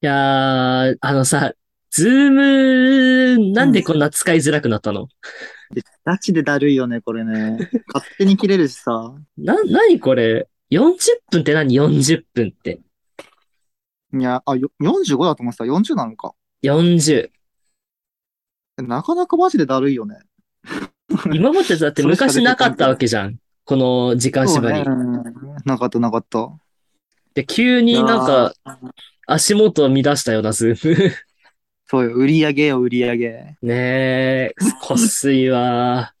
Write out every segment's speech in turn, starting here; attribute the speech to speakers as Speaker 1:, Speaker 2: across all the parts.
Speaker 1: いやー、あのさ、ズーム、なんでこんな使いづらくなったの、
Speaker 2: ガチでだるいよね、これね。勝手に切れるしさ。
Speaker 1: な、なにこれ ?40 分って何 ?40 分って。
Speaker 2: いや、あ、よ45だと思ってた。40なのか。
Speaker 1: 40。
Speaker 2: なかなかマジでだるいよね。
Speaker 1: 今までだって昔なかったわけじゃん。この時間
Speaker 2: そう
Speaker 1: 縛り。
Speaker 2: ね。なかった、なかった。
Speaker 1: で、急になんか
Speaker 2: いやー
Speaker 1: 足元を乱したようなズーム。
Speaker 2: そうよ、売り上げよ、売り上げ。
Speaker 1: ねえ、こっすいわ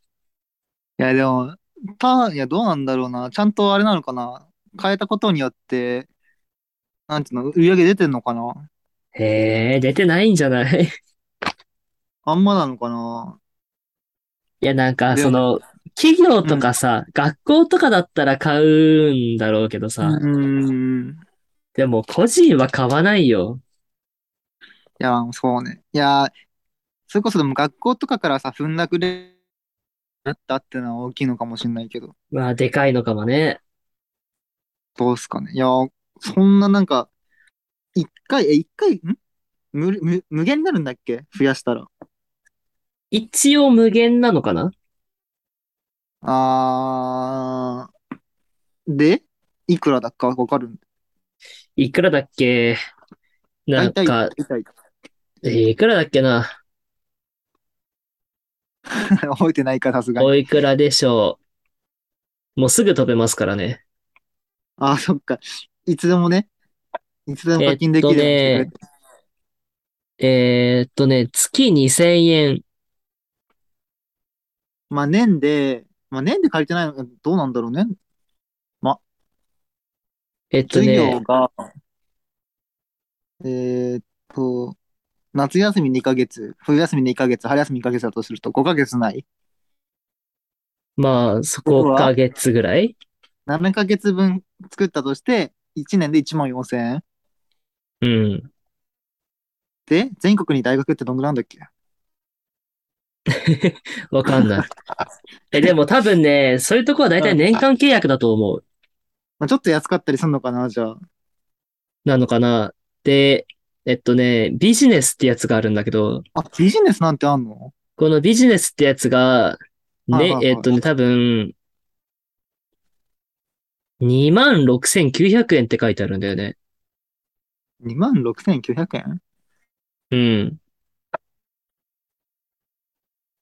Speaker 2: いや、でも、ターン、いや、どうなんだろうな。ちゃんとあれなのかな。変えたことによって、なんていうの、売り上げ出てんのかな。
Speaker 1: ー。へえ、出てないんじゃない い
Speaker 2: あんまなのかな。
Speaker 1: や、なんか、
Speaker 2: でも
Speaker 1: その、企業とかさ、学校とかだったら買うんだろうけどさ、
Speaker 2: うーん。
Speaker 1: でも個人は買わないよ。
Speaker 2: いや、そうね。いや、それこそでも学校とかからさ、ふんだくれだったってのは大きいのかもしれないけど、
Speaker 1: まあ、でかいのかもね。
Speaker 2: どうすかね。いや、そんななんか、一回、え、一回、ん無無無限になるんだっけ増やしたら。
Speaker 1: 一応無限なのかな
Speaker 2: あー、で、いくらだかわかるん
Speaker 1: いくらだっけな
Speaker 2: だ
Speaker 1: ん
Speaker 2: いたい
Speaker 1: か、
Speaker 2: 痛い
Speaker 1: えーいくらだっけな
Speaker 2: 覚えてないか、さすがに。
Speaker 1: おいくらでしょうもうすぐ飛べますからね。
Speaker 2: あー、そっか。いつでもね、いつでも課金できるようにしてくれて
Speaker 1: えーっとね、月2000円。
Speaker 2: まあ年で、まあ年で借りてないのか、どうなんだろうね。
Speaker 1: えっと
Speaker 2: 授業
Speaker 1: ね、
Speaker 2: が、えーっと、夏休み2ヶ月、冬休み2ヶ月、春休み1ヶ月だとすると5ヶ月ない。
Speaker 1: まあ、そこ5ヶ月ぐらい
Speaker 2: 7ヶ月分作ったとして、1年で1万4000円。
Speaker 1: うん。
Speaker 2: で、全国に大学ってどんぐらいなんだっけ
Speaker 1: わかんない。え、でも多分ね、そういうとこは大体年間契約だと思う。
Speaker 2: まあ、ちょっと安かったりするのかな、じゃあ。
Speaker 1: なのかな。で、えっとね、ビジネスってやつがあるんだけど、
Speaker 2: あ、ビジネスなんてあんの
Speaker 1: このビジネスってやつが、
Speaker 2: はい
Speaker 1: ね
Speaker 2: は、いはい
Speaker 1: えっとね、多分、26,900円って書いてあるんだよね。
Speaker 2: ?26,900 円
Speaker 1: うん。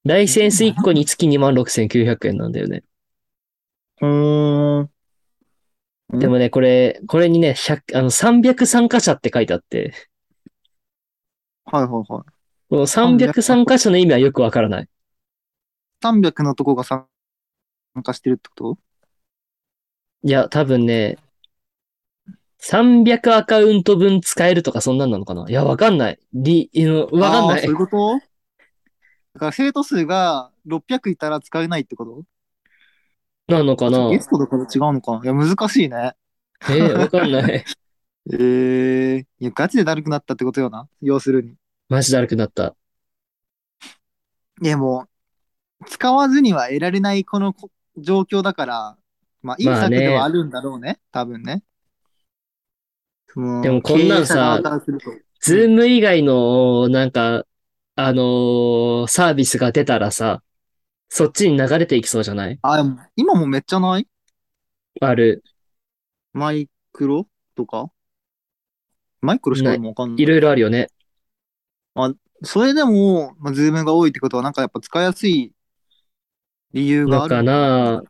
Speaker 1: ライセンス1個につき26,900円なんだよね。
Speaker 2: うーん。
Speaker 1: でもね、これ、これにね、100、あの、300参加者って書いてあって、
Speaker 2: はいはいはい。
Speaker 1: この300参加者の意味はよくわからない。
Speaker 2: 300のとこが参加してるってこと
Speaker 1: いや、多分ね、300アカウント分使えるとかそんなんなのかないや、わかんない。り、あのわかん
Speaker 2: あ
Speaker 1: な
Speaker 2: ー
Speaker 1: い
Speaker 2: そういう。ことだから生徒数が600いたら使えないってこと
Speaker 1: なのかな
Speaker 2: ゲストとかと違うのかないや、難しいね。
Speaker 1: えーわかん ない。
Speaker 2: えー、いや、ガチでだるくなったってことよな。要するに。
Speaker 1: マジだるくなった。
Speaker 2: でも、使わずには得られないこのこ状況だから、まあ、いい
Speaker 1: まあ
Speaker 2: 策
Speaker 1: ね
Speaker 2: ではあるんだろうね。多分ね。
Speaker 1: で
Speaker 2: で
Speaker 1: もこんなんさズーム以外の、なんか、あのーサービスが出たらさ、そっちに流れていきそうじゃない
Speaker 2: あ、でも今もめっちゃない
Speaker 1: ある。
Speaker 2: マイクロとかマイクロしかでもわかんない
Speaker 1: い。ろいろあるよね。
Speaker 2: それでも、まあ、ズームが多いってことは、なんかやっぱ使いやすい理由が
Speaker 1: の
Speaker 2: ある
Speaker 1: か。な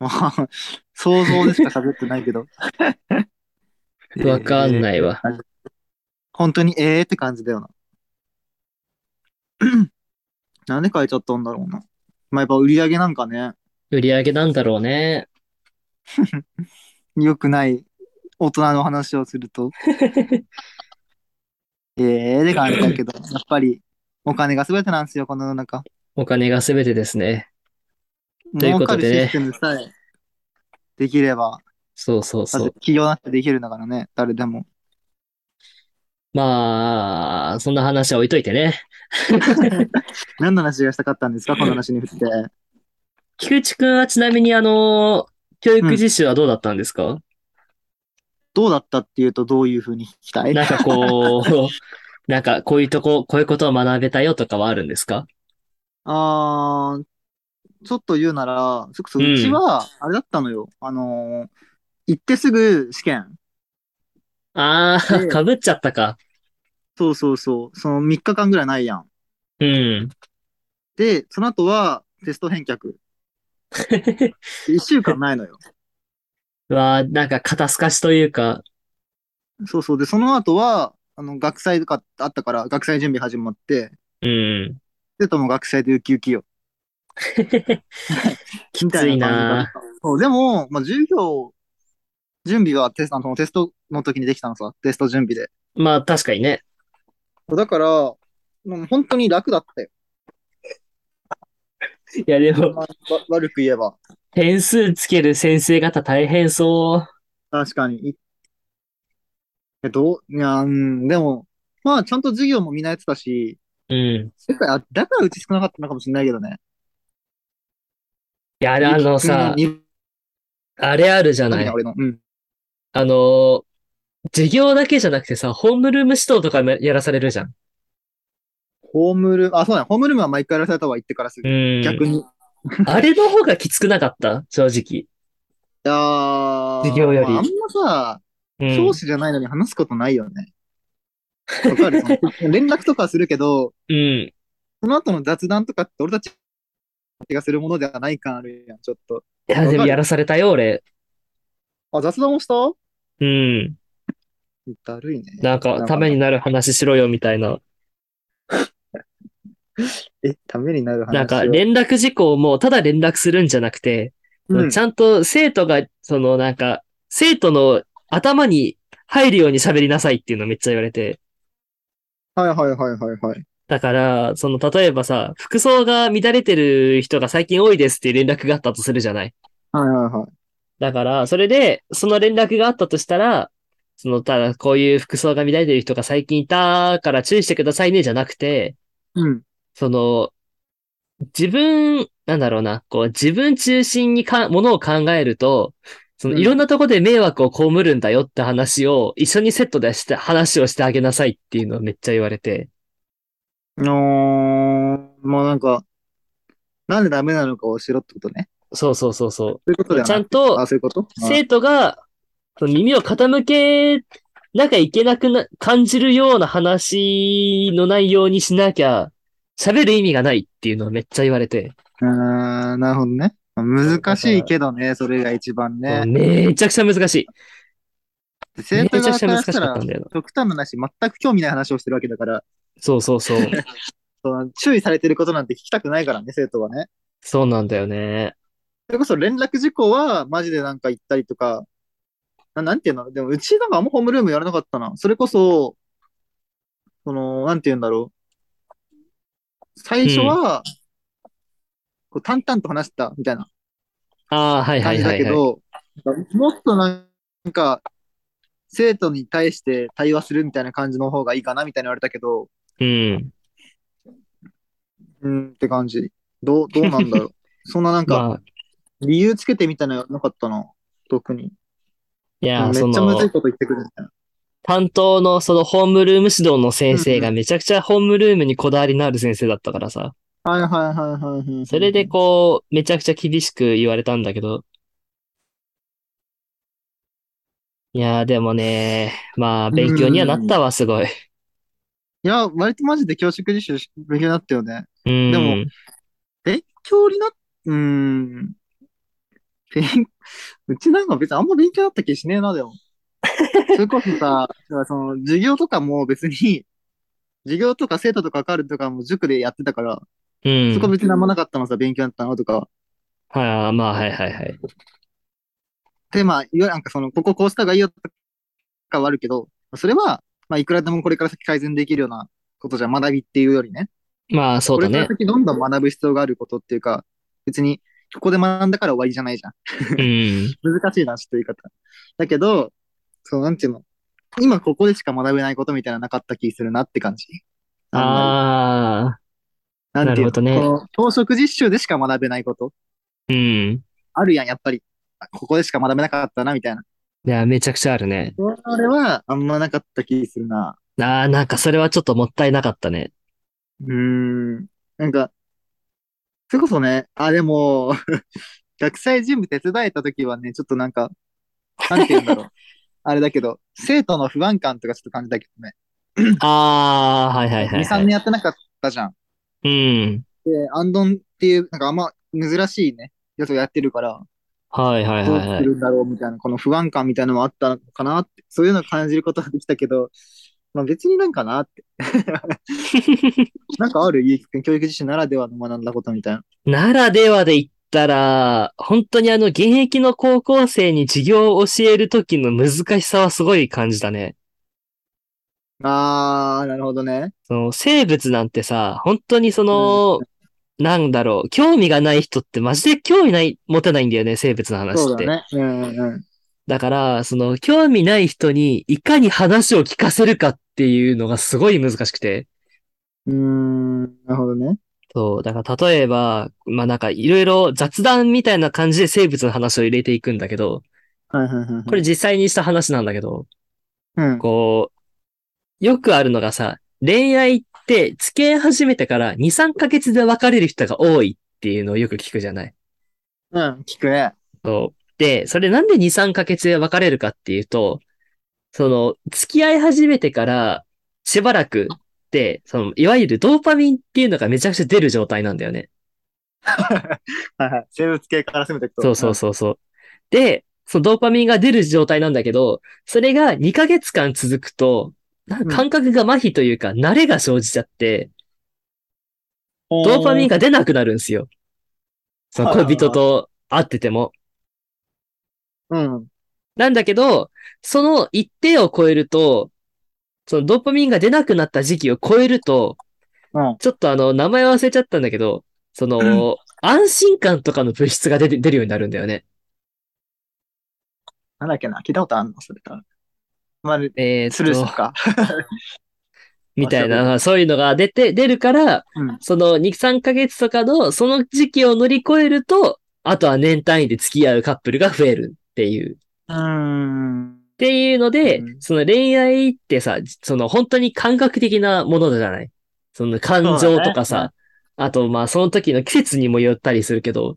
Speaker 2: まあ、想像でしか喋ってないけど。
Speaker 1: わかん
Speaker 2: い。
Speaker 1: ない わ。
Speaker 2: 本当にええって感じだよな。 なんで変えちゃったんだろうな。まあ、やっぱ売り上げなんかね、
Speaker 1: 売り上げなんだろうね。
Speaker 2: 良くない大人の話をすると、ええって感じだ けど、やっぱりお金が全てなんですよ、この世の中。
Speaker 1: お金が全てですね。という
Speaker 2: 儲
Speaker 1: こ
Speaker 2: か
Speaker 1: と
Speaker 2: る
Speaker 1: でね
Speaker 2: システムさえできれば、
Speaker 1: そうそう
Speaker 2: だっ
Speaker 1: そ
Speaker 2: て
Speaker 1: う。
Speaker 2: 企業なんてできるんだからね、誰で も。
Speaker 1: まあ、そんな話は置いといてね。
Speaker 2: 何の話がしたかったんですか、この話に振って。
Speaker 1: 菊池くんはちなみにあのー教育実習はどうだったんですか
Speaker 2: どうだったっていうとどういうふうに聞きたい
Speaker 1: なんかこう、 なんかこういうとこ、こういうことを学べたよとかはあるんですか
Speaker 2: あー、ちょっと言うなら、それこそうちは、あれだったのよ。あのー行ってすぐ試験。
Speaker 1: あ
Speaker 2: う
Speaker 1: ー、
Speaker 2: ん
Speaker 1: かぶっちゃったか。
Speaker 2: そうそうそう。その3日間ぐらいないやん。
Speaker 1: うん。
Speaker 2: で、その後はテスト返却。1週間な いのよ。
Speaker 1: わあ、なんか肩透かしというか、
Speaker 2: そうそう。で、その後は、あの、学祭とかあったから、学祭準備始まって、
Speaker 1: うん。
Speaker 2: で、とも学祭でウキウキよ。
Speaker 1: き
Speaker 2: みた
Speaker 1: つい
Speaker 2: いな感じだっ
Speaker 1: な
Speaker 2: た。そう、でも、まあ、授業、準備はテスト、あのテストの時にできたのさ、テスト準備で。
Speaker 1: まあ確かにね。
Speaker 2: だから、もう本当に楽だったよ。
Speaker 1: いやでも、
Speaker 2: まあわ悪く言えば。
Speaker 1: 点数つける先生方大変そ
Speaker 2: 確かに。いえ、どう、いや、うん、でも、まあ、ちゃんと授業もみんなやってたし、
Speaker 1: う。うん。
Speaker 2: だから、だからうち少なかったのかもしれないけどね。
Speaker 1: いや、あのさ、
Speaker 2: 日
Speaker 1: あれあるじゃな
Speaker 2: 本人
Speaker 1: い
Speaker 2: は。俺の、うん。
Speaker 1: あのー、授業だけじゃなくてさ、ホームルーム指導とかもやらされるじゃん。
Speaker 2: ホームルーム、あ、そうだね、ホームルームは毎回やらされたわ、行ってからすぐ。
Speaker 1: うん。
Speaker 2: 逆に。い
Speaker 1: あれの方がきつくなかった正直。
Speaker 2: やー
Speaker 1: 授業より
Speaker 2: まああんまさ、
Speaker 1: うん
Speaker 2: 教師じゃないのに話すことないよね。わかるその連絡とかはするけど、
Speaker 1: うん。
Speaker 2: その後の雑談とかって俺たちがするものではない感あるやん、ちょっと。
Speaker 1: いや、でもやらされたよ、俺。
Speaker 2: あ、雑談をした
Speaker 1: うん。
Speaker 2: だるいね。
Speaker 1: なんか、ためになる話しろよ、みたいな。
Speaker 2: え、ためになる話を。
Speaker 1: なんか、連絡事項も、ただ連絡するんじゃなくて、
Speaker 2: うん
Speaker 1: ちゃんと生徒が、そのなんか、生徒の頭に入るように喋りなさいっていうのめっちゃ言われて。
Speaker 2: はいはいはいはいはい。
Speaker 1: だから、その、例えばさ、服装が乱れてる人が最近多いですっていう連絡があったとするじゃない。
Speaker 2: はいはいはい。
Speaker 1: だから、それで、その連絡があったとしたら、その、ただ、こういう服装が乱れてる人が最近いたから注意してくださいね、じゃなくて、
Speaker 2: うん。
Speaker 1: その、自分、なんだろうな、こう、自分中心にか、ものを考えると、その、
Speaker 2: うん
Speaker 1: いろんなとこで迷惑を被るんだよって話を、一緒にセットでして、話をしてあげなさいっていうのをめっちゃ言われて。
Speaker 2: のー、まあなんか、なんでダメなのかをしろってことね。
Speaker 1: そうそうそうそ
Speaker 2: そういうことだ
Speaker 1: う。
Speaker 2: よ
Speaker 1: ちゃん
Speaker 2: な。
Speaker 1: と
Speaker 2: あ、、そういうこと
Speaker 1: 生徒が、その耳を傾けなきゃいけなくな、感じるような話の内容にしなきゃ、喋る意味がないっていうのをめっちゃ言われて、
Speaker 2: ああー、なるほどね。難しいけどね、それが一番ね。
Speaker 1: めちゃくちゃ難しい。
Speaker 2: 生徒
Speaker 1: めちゃ
Speaker 2: 側
Speaker 1: くち
Speaker 2: か
Speaker 1: ゃ
Speaker 2: ら
Speaker 1: 難
Speaker 2: し
Speaker 1: し
Speaker 2: た
Speaker 1: かっ
Speaker 2: ら
Speaker 1: たんだよな。
Speaker 2: 極端な話、全く興味ない話をしてるわけだから、
Speaker 1: そうそう そう。
Speaker 2: その注意されてることなんて聞きたくないからね、生徒はね。
Speaker 1: そうなんだよね。
Speaker 2: それこそ連絡事項はマジでなんか言ったりとか、ななんていうのでもうちなんかあんまホームルームやらなかったな。それこそ、その、なんて言うんだろう。最初は、こう淡々と話したみたいな
Speaker 1: ああ、はいは
Speaker 2: 感
Speaker 1: い
Speaker 2: じ
Speaker 1: は
Speaker 2: だ
Speaker 1: い、
Speaker 2: け
Speaker 1: はい。
Speaker 2: ど、なんかもっとなんか、生徒に対して対話するみたいな感じの方がいいかなみたいに言われたけど、
Speaker 1: うん。
Speaker 2: うんって感じ。どう、どうなんだろう。 そんななんか、
Speaker 1: まあ、
Speaker 2: 理由つけてみたいなのなかったな。特に。
Speaker 1: い
Speaker 2: め
Speaker 1: や、
Speaker 2: っち
Speaker 1: そ
Speaker 2: ゃむずい
Speaker 1: の、
Speaker 2: こと言ってくるみたいな。
Speaker 1: 担当のそのホームルーム指導の先生
Speaker 2: う
Speaker 1: がめちゃくちゃホームルームにこだわりのある先生だったからさ。
Speaker 2: はいはいはいはいはい。
Speaker 1: それでこう、めちゃくちゃ厳しく言われたんだけど。いやーでもね、まあ勉強にはなったわ、すごい。
Speaker 2: いや、割とマジで教職実習し勉強になったよね。
Speaker 1: うん。
Speaker 2: でも勉強になっ、うーん。勉、 うちなんか別にあんま勉強だった気しねえな、で も。それこそさ、だからその、授業とかも別に、授業とか生徒とかカルとかも塾でやってたから、
Speaker 1: うん。
Speaker 2: そこ別に何もなかったのさ、勉強だったのとか。
Speaker 1: はい、あーまあはいはいはい。
Speaker 2: で、まあ、いわゆるなんかその、こここうした方がいいよとかはあるけど、それは、まあ、いくらでもこれから先改善できるようなことじゃん学びっていうよりね。
Speaker 1: まあそうだ
Speaker 2: これ
Speaker 1: ね
Speaker 2: から。先どんどん学ぶ必要があることっていうか、別に、ここで学んだから終わりじゃないじゃん。
Speaker 1: うん。
Speaker 2: 難しいな、ちょっと言い方。だけど、そう、なんていうの。今ここでしか学べないことみたいなのなかった気するなって感じ。あ
Speaker 1: ああ、
Speaker 2: んまりなんていうの
Speaker 1: なるほどね
Speaker 2: この教職実習でしか学べないこと
Speaker 1: うん。
Speaker 2: あるやん、やっぱり。あここでしか学べなかったな、みたいな。
Speaker 1: いや、めちゃくちゃあるね。
Speaker 2: あれはあんまなかった気するな。
Speaker 1: ああ、なんかそれはちょっともったいなかったね。
Speaker 2: うーん。なんか、それこそね、あ、でも、 学祭ジム手伝えた時はね、ちょっとなんか、なんて言うん だろう。あれだけど、生徒の不安感とかちょっと感じたけどね。
Speaker 1: ああ、はいはいはい、は
Speaker 2: 2、3
Speaker 1: い。
Speaker 2: 年やってなかったじゃん。
Speaker 1: うん。
Speaker 2: で、アンドンっていう、なんかあんま珍しいね、やつをやってるから、
Speaker 1: はいはい
Speaker 2: ど
Speaker 1: は
Speaker 2: う
Speaker 1: いは
Speaker 2: す
Speaker 1: い。
Speaker 2: るんだろうみたいな、この不安感みたいなのもあったのかなって、そういうのを感じることができたけど、まあ別になんか なって。なんかあるゆうきくん、教育実習ならではの学んだことみたいな。
Speaker 1: ならではで言ったら、本当にあの、現役の高校生に授業を教える時の難しさはすごい感じたね。
Speaker 2: あー、なるほどね。
Speaker 1: その生物なんてさ、本当にその、なんだろう、興味がない人ってマジで興味ない、持てないんだよね、生物の話って。
Speaker 2: そうだね。うんうんうん。
Speaker 1: だから、その、興味ない人にいかに話を聞かせるかっていうのがすごい難しくて。
Speaker 2: うーん、なるほどね。
Speaker 1: そう。だから、例えば、まあなんか、いろいろ雑談みたいな感じで生物の話を入れていくんだけど、
Speaker 2: はいはいはいはい。
Speaker 1: これ実際にした話なんだけど、
Speaker 2: うん。
Speaker 1: こう、よくあるのがさ、恋愛って付き合い始めてから2、3ヶ月で別れる人が多いっていうのをよく聞くじゃない。
Speaker 2: うん、聞くね。
Speaker 1: そう。で、それなんで2、3ヶ月で別れるかっていうと、その、付き合い始めてからしばらくって、その、いわゆるドーパミンっていうのがめちゃくちゃ出る状態なんだよね。
Speaker 2: はいはい。生物系から攻めていくと。
Speaker 1: そうそうそうそう。で、そのドーパミンが出る状態なんだけど、それが2ヶ月間続くと、なんか感覚が麻痺というか、慣れが生じちゃって、
Speaker 2: うん。
Speaker 1: ドーパミン
Speaker 2: が。
Speaker 1: が出なくなるんですよ。その恋人と会ってても。
Speaker 2: うん。
Speaker 1: なんだけど、その一定を超えると、そのドーパミンが出なくなった時期を超えると、
Speaker 2: うん。
Speaker 1: ちょっとあの、名前忘れちゃったんだけど、その、安心感とかの物質が出て出るようになるんだよね。
Speaker 2: なんだっけな。聞いたことあんのそれ多分。まあ、
Speaker 1: えーっと
Speaker 2: スルーするか。
Speaker 1: みたいな、そういうのが出て、出るから、
Speaker 2: うん。
Speaker 1: その2、3ヶ月とかの、その時期を乗り越えると、あとは年単位で付き合うカップルが増えるっていう。
Speaker 2: うーん。
Speaker 1: っていうので、
Speaker 2: うん
Speaker 1: その恋愛ってさ、その本当に感覚的なものじゃないその感情とか
Speaker 2: そうだ
Speaker 1: さ、あとまあその時の季節にもよったりするけど、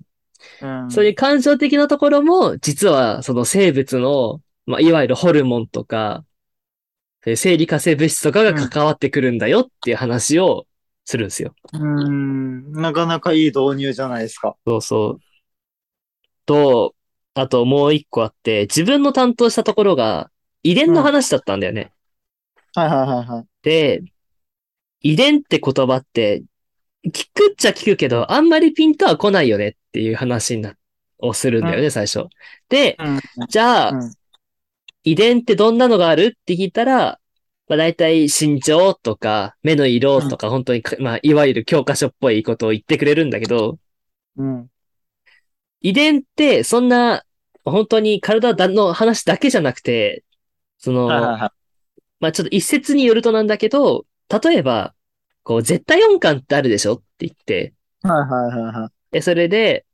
Speaker 2: うん。
Speaker 1: そういう感情的なところも、実はその生物の、まあいわゆるホルモンとか、そういう生理化成物質とかが関わってくるんだよっていう話をするんですよ。
Speaker 2: うーん。なかなかいい導入じゃないですか。
Speaker 1: そうそう。と、あともう一個あって、自分の担当したところが遺伝の話だったんだよね。
Speaker 2: はいはいはいはい。
Speaker 1: で、遺伝って言葉って、聞くっちゃ聞くけど、あんまりピンとは来ないよねっていう話にな、をするんだよね、最初。で、
Speaker 2: うん。
Speaker 1: じゃあ、
Speaker 2: うん
Speaker 1: 遺伝ってどんなのがあるって聞いたら、まあ大体身長とか目の色とか、本当にか、まあいわゆる教科書っぽいことを言ってくれるんだけど、
Speaker 2: うん。
Speaker 1: 遺伝ってそんな、本当に体だの話だけじゃなくて、その、
Speaker 2: はいはいはい。
Speaker 1: まあちょっと一説によるとなんだけど、例えば、こう、絶対音感ってあるでしょって言って、
Speaker 2: はいはいはいはい。
Speaker 1: で、それで、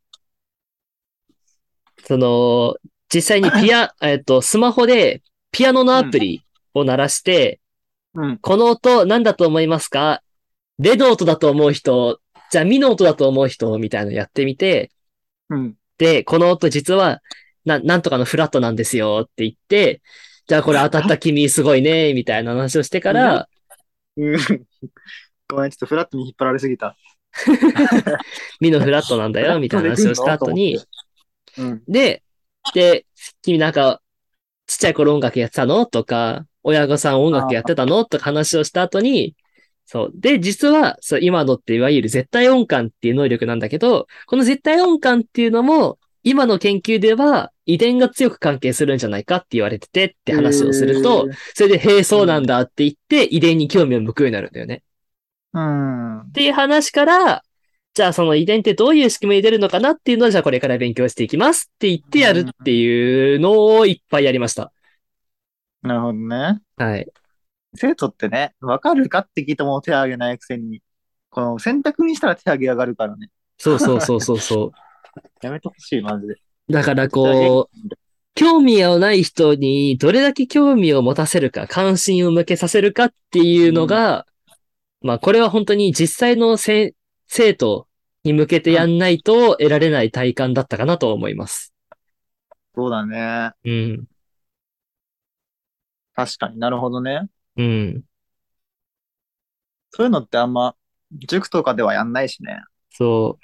Speaker 1: その、実際にピア、えっと、スマホでピアノのアプリを鳴らして、
Speaker 2: うん。
Speaker 1: この音何だと思いますかレの音だと思う人、じゃあミの音だと思う人、みたいなのやってみて、
Speaker 2: うん。
Speaker 1: で、この音実は、な、なんとかのフラットなんですよって言って、じゃあこれ当たった君すごいね、みたいな話をしてから、
Speaker 2: うん ごめん、ちょっとフラットに引っ張られすぎた。
Speaker 1: ミノフラットなんだよ、みたいな話をした後に、
Speaker 2: うん。
Speaker 1: で、で、君なんか、ちっちゃい頃音楽やってたのとか、親御さん音楽やってたのとか話をした後に、そう。で、実は、そう、今のっていわゆる絶対音感っていう能力なんだけど、この絶対音感っていうのも、今の研究では遺伝が強く関係するんじゃないかって言われててって話をすると、それで、へえ、そうなんだって言って遺伝に興味を向くようになるんだよね。
Speaker 2: えー、うん。
Speaker 1: っていう話から、じゃあその遺伝ってどういう仕組みで出るのかなっていうのを、じゃあこれから勉強していきますって言ってやるっていうのをいっぱいやりました。
Speaker 2: なるほどね。
Speaker 1: はい。
Speaker 2: 生徒ってね、わかるかって聞いても手挙げないくせに、この選択にしたら手挙げ上がるからね。
Speaker 1: そうそうそうそうそ
Speaker 2: やめてほしい、マジで。
Speaker 1: う。だからこう、興味のない人にどれだけ興味を持たせるか、関心を向けさせるかっていうのが、まあこれは本当に実際のせ生徒に向けてやんないと得られない体感だったかなと思います。
Speaker 2: そうだね。
Speaker 1: うん。
Speaker 2: 確かになるほどね。
Speaker 1: うん。
Speaker 2: そういうのってあんま、塾とかではやんないしね。
Speaker 1: そ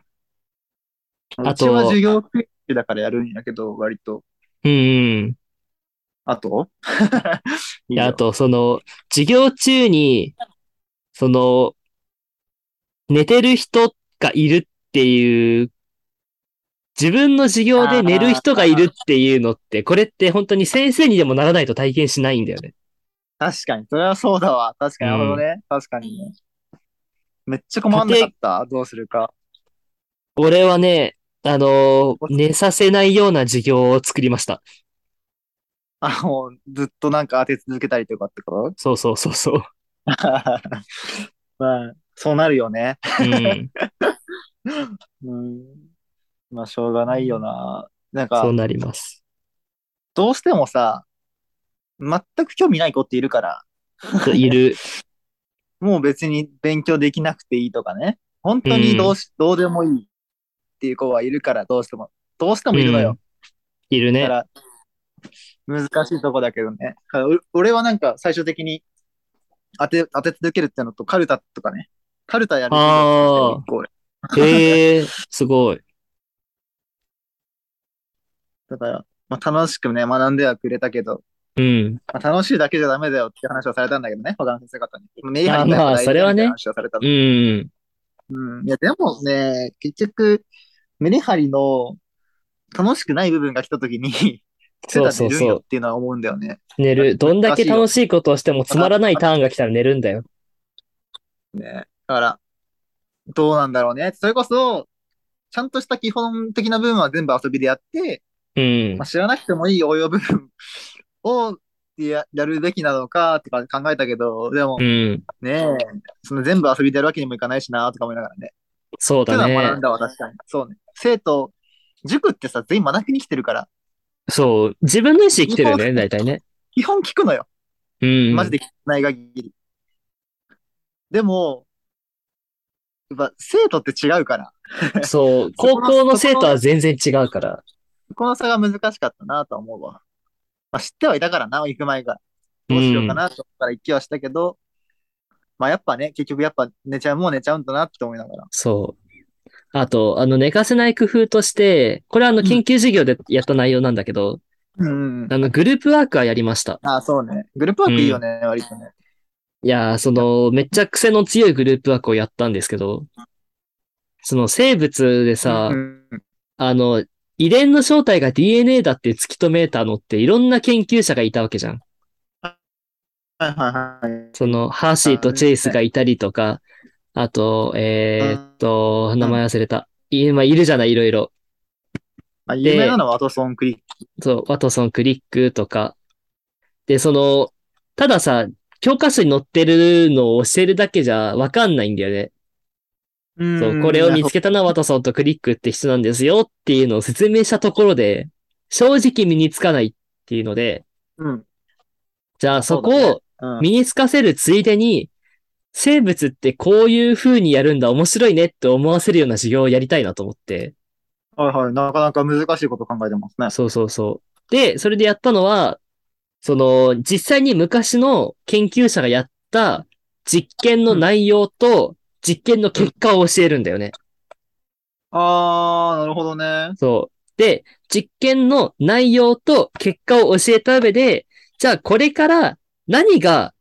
Speaker 1: うあと
Speaker 2: ちは授業形式だからやるんやけど、割と。。
Speaker 1: うんうん。
Speaker 2: あと い
Speaker 1: い
Speaker 2: いよ
Speaker 1: や、あと、その、授業中に、その、寝てる人がいるっていう、自分の授業で寝る人がいるっていうのって、これって本当に先生にでもならないと体験しないんだよね。
Speaker 2: 確かに、それはそうだわ。確かに、
Speaker 1: う
Speaker 2: なんるほどね。確かにね。めっちゃ困んなかった。どうするか。
Speaker 1: 俺はね、あの、寝させないような授業を作りました。
Speaker 2: あの、ずっとなんか当て続けたりとかってこと
Speaker 1: そうそうそうそう。
Speaker 2: まあ、そうなるよね。
Speaker 1: うん。
Speaker 2: うん。まあ、しょうがないよな。なんか
Speaker 1: そう、なります。
Speaker 2: どうしてもさ、全く興味ない子っているから、
Speaker 1: そういる。
Speaker 2: もう別に勉強できなくていいとかね。本当にどうし、どうでもいいっていう子はいるから、どうしても。どうしても いるのよ。
Speaker 1: うんいる
Speaker 2: だ
Speaker 1: ね
Speaker 2: か。ら、難しいとこだけどね。だからお俺はなんか最終的に当て、当て続けるってのと、カルタとかね。カルタやる
Speaker 1: あー
Speaker 2: 一個俺
Speaker 1: へえ、すごい。
Speaker 2: だから、まあ、楽しくね、学んではくれたけど、
Speaker 1: うん。
Speaker 2: まあ、楽しいだけじゃダメだよって話をされたんだけどね、他の先生方に。メリハリ
Speaker 1: いや
Speaker 2: が
Speaker 1: まあ
Speaker 2: 大事だ
Speaker 1: それはね
Speaker 2: みたいな話をされたの
Speaker 1: うん。
Speaker 2: うん。いや、でもね、結局、メリハリの楽しくない部分が来たときに、
Speaker 1: そ
Speaker 2: そうう
Speaker 1: そ
Speaker 2: そうう
Speaker 1: そう
Speaker 2: そう。出たら寝るんよっていうのは思うんだよね。
Speaker 1: 寝る。どんだけ
Speaker 2: 難しいよ
Speaker 1: 楽しいことをしてもつまらないターンが来たら寝るんだよ。
Speaker 2: ね。だから、どうなんだろうね。それこそ、ちゃんとした基本的な部分は全部遊びでやって、
Speaker 1: うん
Speaker 2: まあ、。知らなくてもいい応用部分 をややるべきなのかとか考えたけど、でも
Speaker 1: うん。
Speaker 2: ね、その全部遊びでやるわけにもいかないしなとか思いながらね。
Speaker 1: そう
Speaker 2: っていう
Speaker 1: だ
Speaker 2: のは学ん
Speaker 1: ね。
Speaker 2: だわ、確かに。そうね。生徒、塾ってさ、全員学びに来てるから、
Speaker 1: そう。自分の意思生きてるよね、
Speaker 2: 日本
Speaker 1: 大体ね。
Speaker 2: 基本聞くのよ。
Speaker 1: うん。
Speaker 2: マジで聞かない限り。でも、やっぱ生徒って違うから、
Speaker 1: そう。高校の生徒は全然違うから。
Speaker 2: この差が難しかったなとは思うわ。まあ、知ってはいたからな、行く前が。
Speaker 1: う
Speaker 2: どうしようか
Speaker 1: ん。
Speaker 2: なと思ったら行きはしたけど、まあやっぱね、結局やっぱ寝ちゃう、もう寝ちゃうんだなって思いながら。
Speaker 1: そう。あと、あの、寝かせない工夫として、これはあの、
Speaker 2: うん
Speaker 1: 緊急授業でやった内容なんだけど、
Speaker 2: うんうん。
Speaker 1: あの、グループワークはやりました。
Speaker 2: ああ、そうね。グループワークいいよね、割とね。
Speaker 1: いやー、その、めっちゃ癖の強いグループワークをやったんですけど、その、生物でさ
Speaker 2: う、んうん
Speaker 1: あの、遺伝の正体が DNA だって突き止めたのっていろんな研究者がいたわけじゃん。
Speaker 2: はいはいはい。
Speaker 1: その、ハーシーとチェイスがいたりとか、あと、えーっと、名前忘れた。いまあいるじゃない、いろいろ。
Speaker 2: まあ、有名なのはワトソンクリック。
Speaker 1: そう、ワトソン、クリックとか。で、その、たださ、教科書に載ってるのを教えるだけじゃわかんないんだよね。そう、これを見つけたのはワトソンとクリックって人なんですよっていうのを説明したところで、正直身につかないっていうので、
Speaker 2: うん。
Speaker 1: じゃあそこ
Speaker 2: そうだ
Speaker 1: を
Speaker 2: ねうん。
Speaker 1: 身につかせるついでに、生物ってこういう風にやるんだ、面白いねって思わせるような授業をやりたいなと思って。
Speaker 2: はいはい。なかなか難しいこと考えてますね。
Speaker 1: そうそうそう。で、それでやったのは、その、実際に昔の研究者がやった実験の内容と実験の結果を教えるんだよね。
Speaker 2: あー、なるほどね。
Speaker 1: そう。で、実験の内容と結果を教えた上で、じゃあこれから何が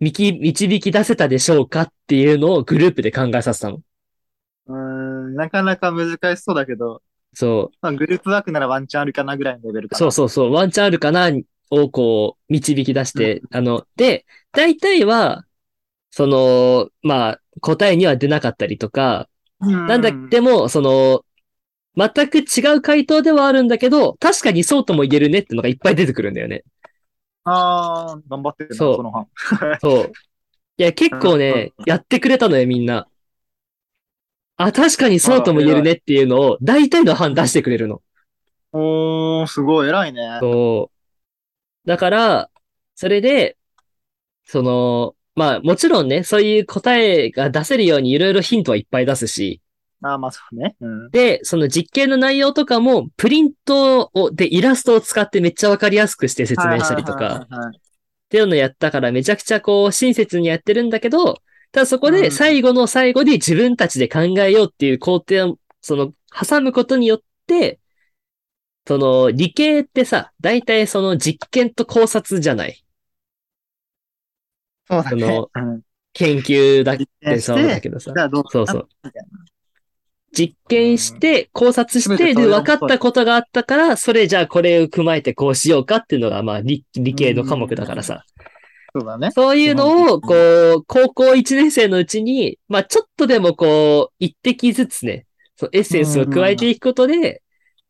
Speaker 1: 見き導き出せたでしょうかっていうのをグループで考えさせたの。
Speaker 2: うーん、なかなか難しそうだけど、
Speaker 1: そう。
Speaker 2: まあ、グループワークならワンチャンあるかなぐらいのレベルかな。
Speaker 1: そうそうそう、ワンチャンあるかなをこう、導き出して、あの、で、大体は、その、まあ、答えには出なかったりとか、
Speaker 2: う。
Speaker 1: なんだ、でも、その、全く違う回答ではあるんだけど、確かにそうとも言えるねってのがいっぱい出てくるんだよね。
Speaker 2: あー、頑張ってるな、
Speaker 1: そう
Speaker 2: その半。
Speaker 1: そう。いや、結構ね、やってくれたのよ、みんな。あ、確かにそうとも言えるねっていうのを、大体の判出してくれるの。
Speaker 2: おー、すごい、偉いね。
Speaker 1: そう。だから、それで、その、まあもちろんね、そういう答えが出せるようにいろいろヒントはいっぱい出すし、
Speaker 2: あーまあそうね。うん。
Speaker 1: で、その実験の内容とかも、プリントを、で、イラストを使ってめっちゃわかりやすくして説明したりと
Speaker 2: はいはい
Speaker 1: か、っ
Speaker 2: はいはい。
Speaker 1: ていうのやったからめちゃくちゃこう、親切にやってるんだけど、ただそこ
Speaker 2: う
Speaker 1: で
Speaker 2: ん
Speaker 1: 最後の最後で自分たちで考えようっていう工程を、その、挟むことによって、その、理系ってさ、大体その実験と考察じゃない。
Speaker 2: そうだね
Speaker 1: そ。
Speaker 2: うん。
Speaker 1: 研究だっ
Speaker 2: 実
Speaker 1: て
Speaker 2: 験し
Speaker 1: そうだ
Speaker 2: て、
Speaker 1: けどさ
Speaker 2: じ。ゃあどう
Speaker 1: そうそう。実験して、考察し
Speaker 2: 全て
Speaker 1: て、
Speaker 2: そ
Speaker 1: で、
Speaker 2: れが
Speaker 1: 分かったことがあったから、それじゃあこれを踏まえてこうしようかっていうのが、まあ理、理系の科目だからさ。
Speaker 2: そうだね。
Speaker 1: そういうのを、こう、高校1年生のうちに、まあ、ちょっとでもこう、一滴ずつね、そのエッセンスを加えていくことで、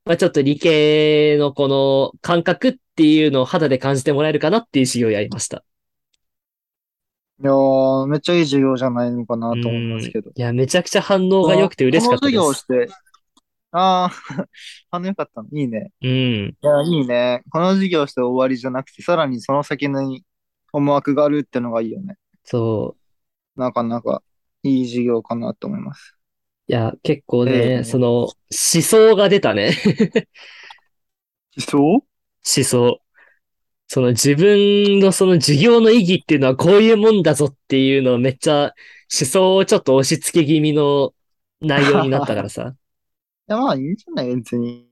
Speaker 1: まあ、ちょっと理系のこの感覚っていうのを肌で感じてもらえるかなっていう授業をやりました。
Speaker 2: いやー、めっちゃいい授業じゃないのかなと思いますけど。
Speaker 1: いや、めちゃくちゃ反応が良くて嬉しかったです。
Speaker 2: この授業して、あー、 あのよかったの。いいね。
Speaker 1: うん。
Speaker 2: いや、いいね。この授業して終わりじゃなくて、さらにその先に思惑があるってのがいいよね。
Speaker 1: そう。
Speaker 2: なかなかいい授業かなと思います。
Speaker 1: いや、結構ね、
Speaker 2: ええ
Speaker 1: その、思想が出たね。
Speaker 2: そう
Speaker 1: 思想。その自分のその授業の意義っていうのはこういうもんだぞっていうのをめっちゃ思想をちょっと押し付け気味の内容になったからさ。
Speaker 2: いや、まあいいんじゃない別に。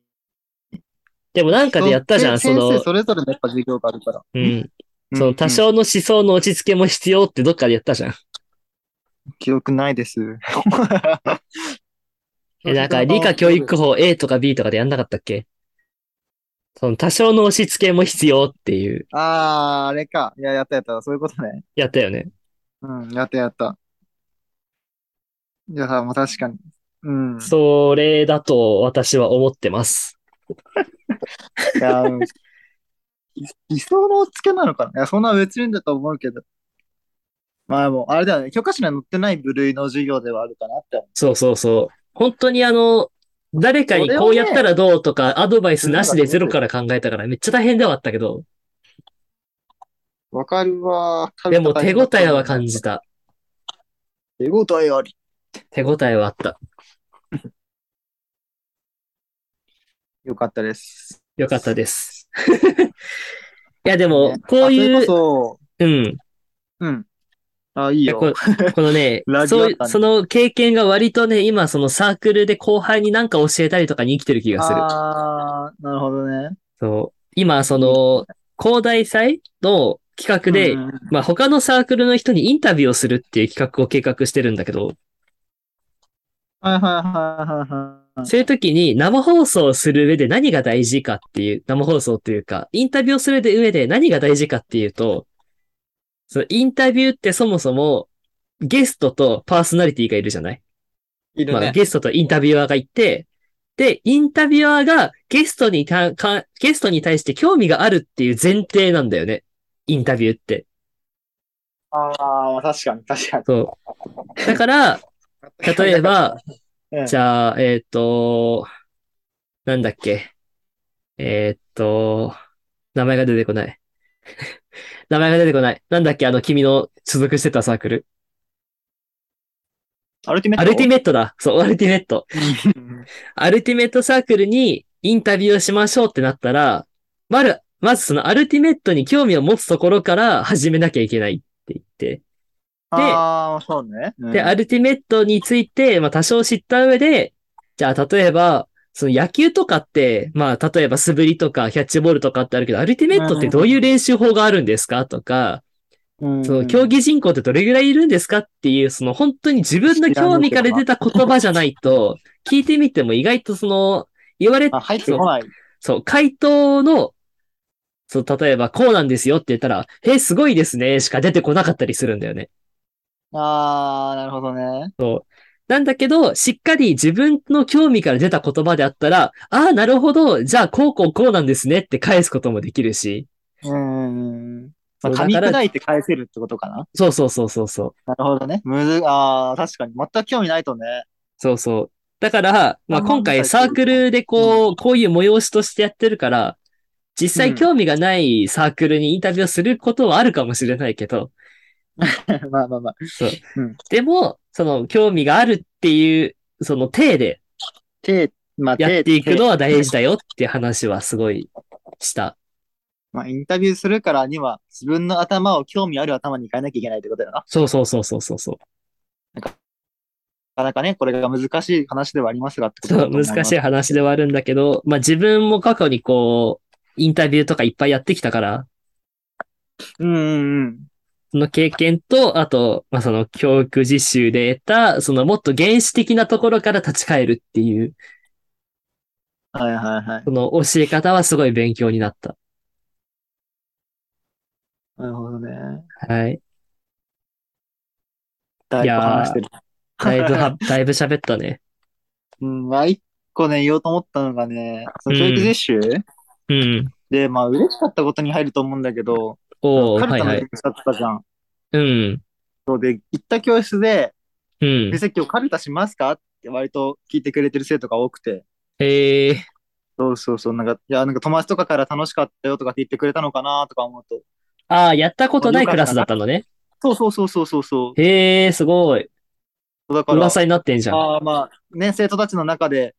Speaker 1: でもなんかでやったじゃん、そ
Speaker 2: 先生
Speaker 1: の、
Speaker 2: それぞれのやっぱ授業があるから。
Speaker 1: うん。
Speaker 2: うん
Speaker 1: その多少の思想の落ち着けも必要ってどっかでやったじゃん。
Speaker 2: 記憶ないです。
Speaker 1: え、なんか理科教育法 A とか B とかでやんなかったっけその多少の押し付けも必要っていう、
Speaker 2: あー、あれか。いや、やったやった。そういうことね。
Speaker 1: やったよね。
Speaker 2: うん、やったやった。いや、もう確かに。うん。
Speaker 1: それだと私は思ってます。
Speaker 2: いや、うん理想のお付けなのかないや、そんな別にだと思うけど。まあ、もう、あれだよね。教科書には載ってない部類の授業ではあるかなって思
Speaker 1: そうそうそう。本当にあの、誰かに
Speaker 2: それを
Speaker 1: こう
Speaker 2: ね
Speaker 1: やったらどうとか、アドバイスなしでゼロから考えたからめっちゃ大変ではあったけど、
Speaker 2: う。わかるわ。
Speaker 1: でも手応えは感じ
Speaker 2: た。
Speaker 1: た。
Speaker 2: 手応えあり。
Speaker 1: 手応えはあった。
Speaker 2: よかったです。
Speaker 1: よかったです。 いやでも、こう
Speaker 2: あ
Speaker 1: い、
Speaker 2: そうこ
Speaker 1: うん。
Speaker 2: そ、うん。あ、いい
Speaker 1: いや
Speaker 2: よ。
Speaker 1: ここのね
Speaker 2: ラ、ジオ
Speaker 1: そ
Speaker 2: だ
Speaker 1: う
Speaker 2: っ
Speaker 1: い
Speaker 2: た
Speaker 1: う、
Speaker 2: ね
Speaker 1: その経験が割とね、今そのサークルで後輩になんか教えたりとかに生きてる気がする。
Speaker 2: あー、なるほどね。
Speaker 1: そう。今、その、広大祭の企画で、
Speaker 2: うん
Speaker 1: まあ他のサークルの人にインタビューをするっていう企画を計画してるんだけど、
Speaker 2: はいはいはいはいはいはい。
Speaker 1: そういう時に生放送をする上で何が大事かっていう、生放送というか、インタビューをする上で何が大事かっていうと、そのインタビューってそもそもゲストとパーソナリティがいるじゃない
Speaker 2: いる
Speaker 1: まあ
Speaker 2: ね。
Speaker 1: ゲストとインタビュアーがいて、で、インタビュアーがゲストにたか、ゲストに対して興味があるっていう前提なんだよね。インタビューって。
Speaker 2: あー、確かに確かに。
Speaker 1: そう。だから、例えば、
Speaker 2: うん、
Speaker 1: じゃあ、えっ、と、なんだっけ。えっ、と、名前が出てこない。 名前が出てこない。なんだっけあの、君の所属してたサークル。
Speaker 2: アルティメッ
Speaker 1: ア
Speaker 2: ト。
Speaker 1: ルティメットだ。そう、アルティメット。
Speaker 2: うん
Speaker 1: アルティメットサークルにインタビューをしましょうってなったら、まる、まずそのアルティメットに興味を持つところから始めなきゃいけないって言って、
Speaker 2: ああ、そうね。うん
Speaker 1: で、アルティメットについて、まあ多少知った上で、じゃあ例えば、その野球とかって、まあ例えば素振りとかキャッチボールとかってあるけど、アルティメットってどういう練習法があるんですかとか、
Speaker 2: うん
Speaker 1: その競技人口ってどれぐらいいるんですかっていう、その本当に自分の興味から出た言葉じゃないと、聞いてみても意外とその、言われ
Speaker 2: あ、入ってこない。
Speaker 1: そう、回答の、そう、例えばこうなんですよって言ったら、え、すごいですね、しか出てこなかったりするんだよね。
Speaker 2: ああ、なるほどね。
Speaker 1: なんだけど、しっかり自分の興味から出た言葉であったら、ああ、なるほど、じゃあこうこうこうなんですねって返すこともできるし。
Speaker 2: うん。
Speaker 1: そ
Speaker 2: まあ、
Speaker 1: う
Speaker 2: 噛み
Speaker 1: だから
Speaker 2: 砕いて返せるってことかな。
Speaker 1: そうそうそうそうそう。
Speaker 2: なるほどね。むず、ああ、確かに。全く興味ないとね。
Speaker 1: そうそう。だから、まあ、今
Speaker 2: あな
Speaker 1: 回
Speaker 2: んか
Speaker 1: サークルでこう、こういう催しとしてやってるから、実
Speaker 2: う
Speaker 1: 際
Speaker 2: ん
Speaker 1: 興味がないサークルにインタビューをすることはあるかもしれないけど、
Speaker 2: まあまあまあ。
Speaker 1: でも、その興味があるっていう、その体で
Speaker 2: 手、まあ、手
Speaker 1: やっていくのは大事だよっていう話はすごいした。
Speaker 2: まあ、インタビューするからには、自分の頭を興味ある頭に変えなきゃいけないってことだよな。
Speaker 1: そうそうそうそうそうそう。
Speaker 2: なかなかね、これが難しい話ではありますがってことだ
Speaker 1: そう
Speaker 2: と思
Speaker 1: 難しい
Speaker 2: い
Speaker 1: 話ではあるんだけど、まあ自分も過去にこう、インタビューとかいっぱいやってきたから、
Speaker 2: ます。うんうんうん。
Speaker 1: その経験と、あと、まあその教育実習で得た、そのもっと原始的なところから立ち返るっていう、
Speaker 2: はいはいはい。
Speaker 1: その教え方はすごい勉強になった。
Speaker 2: なるほどね。
Speaker 1: はい。
Speaker 2: だいぶ話してる。
Speaker 1: だいぶ は、だいぶ喋ったね。
Speaker 2: うん、まあ、一個ね、言おうと思ったのがね、その教育実習、
Speaker 1: うん。
Speaker 2: で、まあ、嬉しかったことに入ると思うんだけど、
Speaker 1: お
Speaker 2: カ
Speaker 1: ー、
Speaker 2: ル
Speaker 1: はい
Speaker 2: タの
Speaker 1: は
Speaker 2: 勉
Speaker 1: い
Speaker 2: 強。だったじゃん。
Speaker 1: うん。
Speaker 2: そうで、行った教室で、
Speaker 1: うん
Speaker 2: 先。生今日カルタしますかって割と聞いてくれてる生徒が多くて、
Speaker 1: えー、
Speaker 2: そうそうそう、なんか、いや、なんか友達とかから楽しかったよとかって言ってくれたのかなとか思うと、
Speaker 1: ああ、やったことないクラスだったのね。
Speaker 2: そうそうそうそうそうそ
Speaker 1: へえ、すごい。
Speaker 2: う。だから、
Speaker 1: 噂になってんじゃん。
Speaker 2: ああまあ、ね、生徒たちの中で、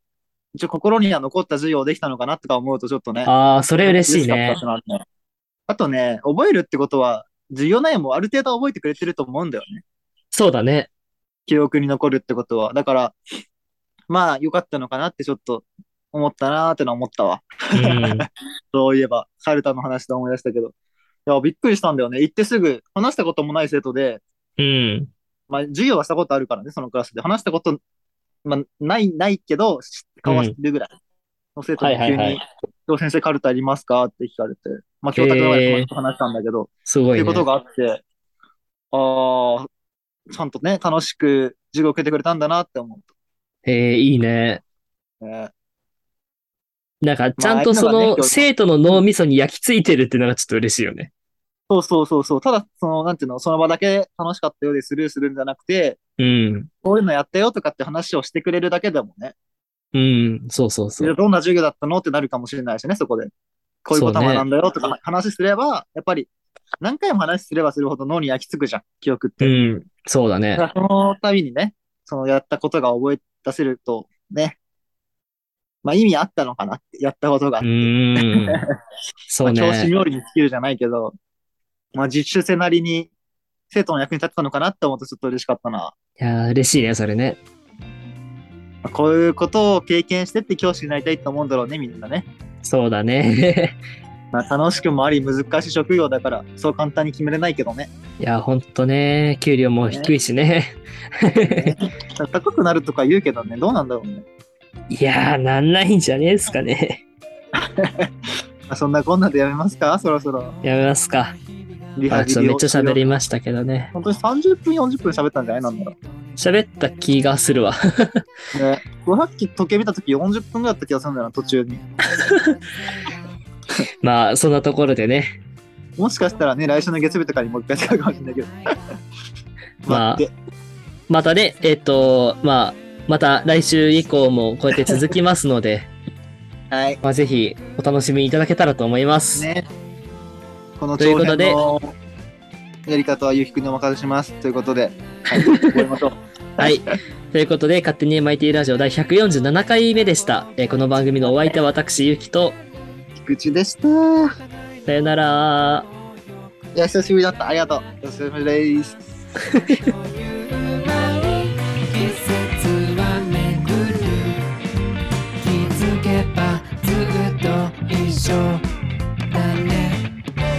Speaker 2: 一応心には残った授業できたのかなとか思うとちょっとね、
Speaker 1: ああ、それ嬉しい
Speaker 2: 嬉
Speaker 1: ね
Speaker 2: し。かったってのはあるねあとね、覚えるってことは、授業内容もある程度覚えてくれてると思うんだよね。
Speaker 1: そうだね。
Speaker 2: 記憶に残るってことは。だから、まあ、良かったのかなってちょっと思ったなーってのは思ったわ。
Speaker 1: うん。
Speaker 2: そういえば、カルタの話で思い出したけど。いや、びっくりしたんだよね。行ってすぐ、話したこともない生徒で、
Speaker 1: うん。
Speaker 2: まあ、授業はしたことあるからね、そのクラスで。話したこと、まあ、ない、ないけど、知顔は知ってるぐらいの生徒に
Speaker 1: はい
Speaker 2: 急
Speaker 1: はい
Speaker 2: に、今日先生カルタありますかって聞かれて、まあ、教託の前で友達と話したんだけど、
Speaker 1: すご
Speaker 2: ってい
Speaker 1: いう
Speaker 2: こ
Speaker 1: ね
Speaker 2: と。があって、ああ、ちゃんとね、楽しく授業を受けてくれたんだなって思
Speaker 1: ええ、いいね。
Speaker 2: う。ね
Speaker 1: なんか、ちゃんとそ
Speaker 2: まあああいうのが
Speaker 1: の、
Speaker 2: ね今日
Speaker 1: 生徒の脳みそに焼き付いてるってのがちょっと嬉しいよね。
Speaker 2: そうそうそうそう。ただ、その、なんていうの、その場だけ楽しかったようでスルーするんじゃなくて、
Speaker 1: うん。
Speaker 2: こういうのやったよとかって話をしてくれるだけでもね、
Speaker 1: うん。そうそうそ
Speaker 2: いや
Speaker 1: う。
Speaker 2: どんな授業だったのってなるかもしれないしね、そこで。こういうこと
Speaker 1: そうね
Speaker 2: なんだよとか話すれば、やっぱり何回も話すればするほど脳に焼き付くじゃん、記憶っ
Speaker 1: う
Speaker 2: て。
Speaker 1: ん。そうだ ね。
Speaker 2: だからその度にね、そのやったことが覚え出せると、ね、まあ意味あったのかなって、やったことが。
Speaker 1: うん。そう
Speaker 2: まあ教師
Speaker 1: ね。
Speaker 2: 冥利に尽きるじゃないけど、まあ実習生なりに生徒の役に立ってたのかなって思うとちょっと嬉しかったな。
Speaker 1: いやー、嬉しいね、それね。
Speaker 2: まあこういうことを経験してって教師になりたいと思うんだろうね、みんなね。
Speaker 1: そうだね。
Speaker 2: まあ楽しくもあり難しい職業だから、そう簡単に決めれないけどね。
Speaker 1: いやー、ほんとね。給料も低いしね。
Speaker 2: 高くなるとか言うけどね、どうなんだろうね。
Speaker 1: いやー、なんないんじゃねえですかね。
Speaker 2: まあそんなこんなでやめますかそろそろ。
Speaker 1: やめますか。
Speaker 2: リハ
Speaker 1: あ、
Speaker 2: ビ
Speaker 1: ちょ
Speaker 2: リ
Speaker 1: めっ
Speaker 2: を
Speaker 1: ちゃ喋りましたけどね。
Speaker 2: 本当に30分、40分喋ったんじゃないなんだろ
Speaker 1: 喋った気がするわ。
Speaker 2: う。ね、俺さっき時計見たとき40分ぐらいだった気がするんだよな、途中に。
Speaker 1: まあ、そんなところでね。
Speaker 2: もしかしたらね、来週の月曜日とかにもう一回使うかもしれないけど。
Speaker 1: まあ
Speaker 2: 待って。
Speaker 1: またね、えっ、と、まあ、また来週以降もこうやって続きますので、
Speaker 2: はい。
Speaker 1: まあ、ぜひお楽しみいただけたらと思います。
Speaker 2: ね。この
Speaker 1: という
Speaker 2: 長
Speaker 1: こと
Speaker 2: 編
Speaker 1: で
Speaker 2: のやり方はゆうひくんにお任せします。ということで、はい、覚えましょう。
Speaker 1: はい。ということで、勝手に MIT ラジオ第147回目でした。えーこの番組のお相手は私、ゆきと、
Speaker 2: 菊池でした。い
Speaker 1: さよなら。
Speaker 2: や、久しぶりだった。ありがとう。お久しぶりです。
Speaker 3: 「季節はめぐる」「気づけばずっと一緒だね」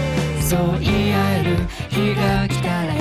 Speaker 3: 「そう言い合える日が来たらい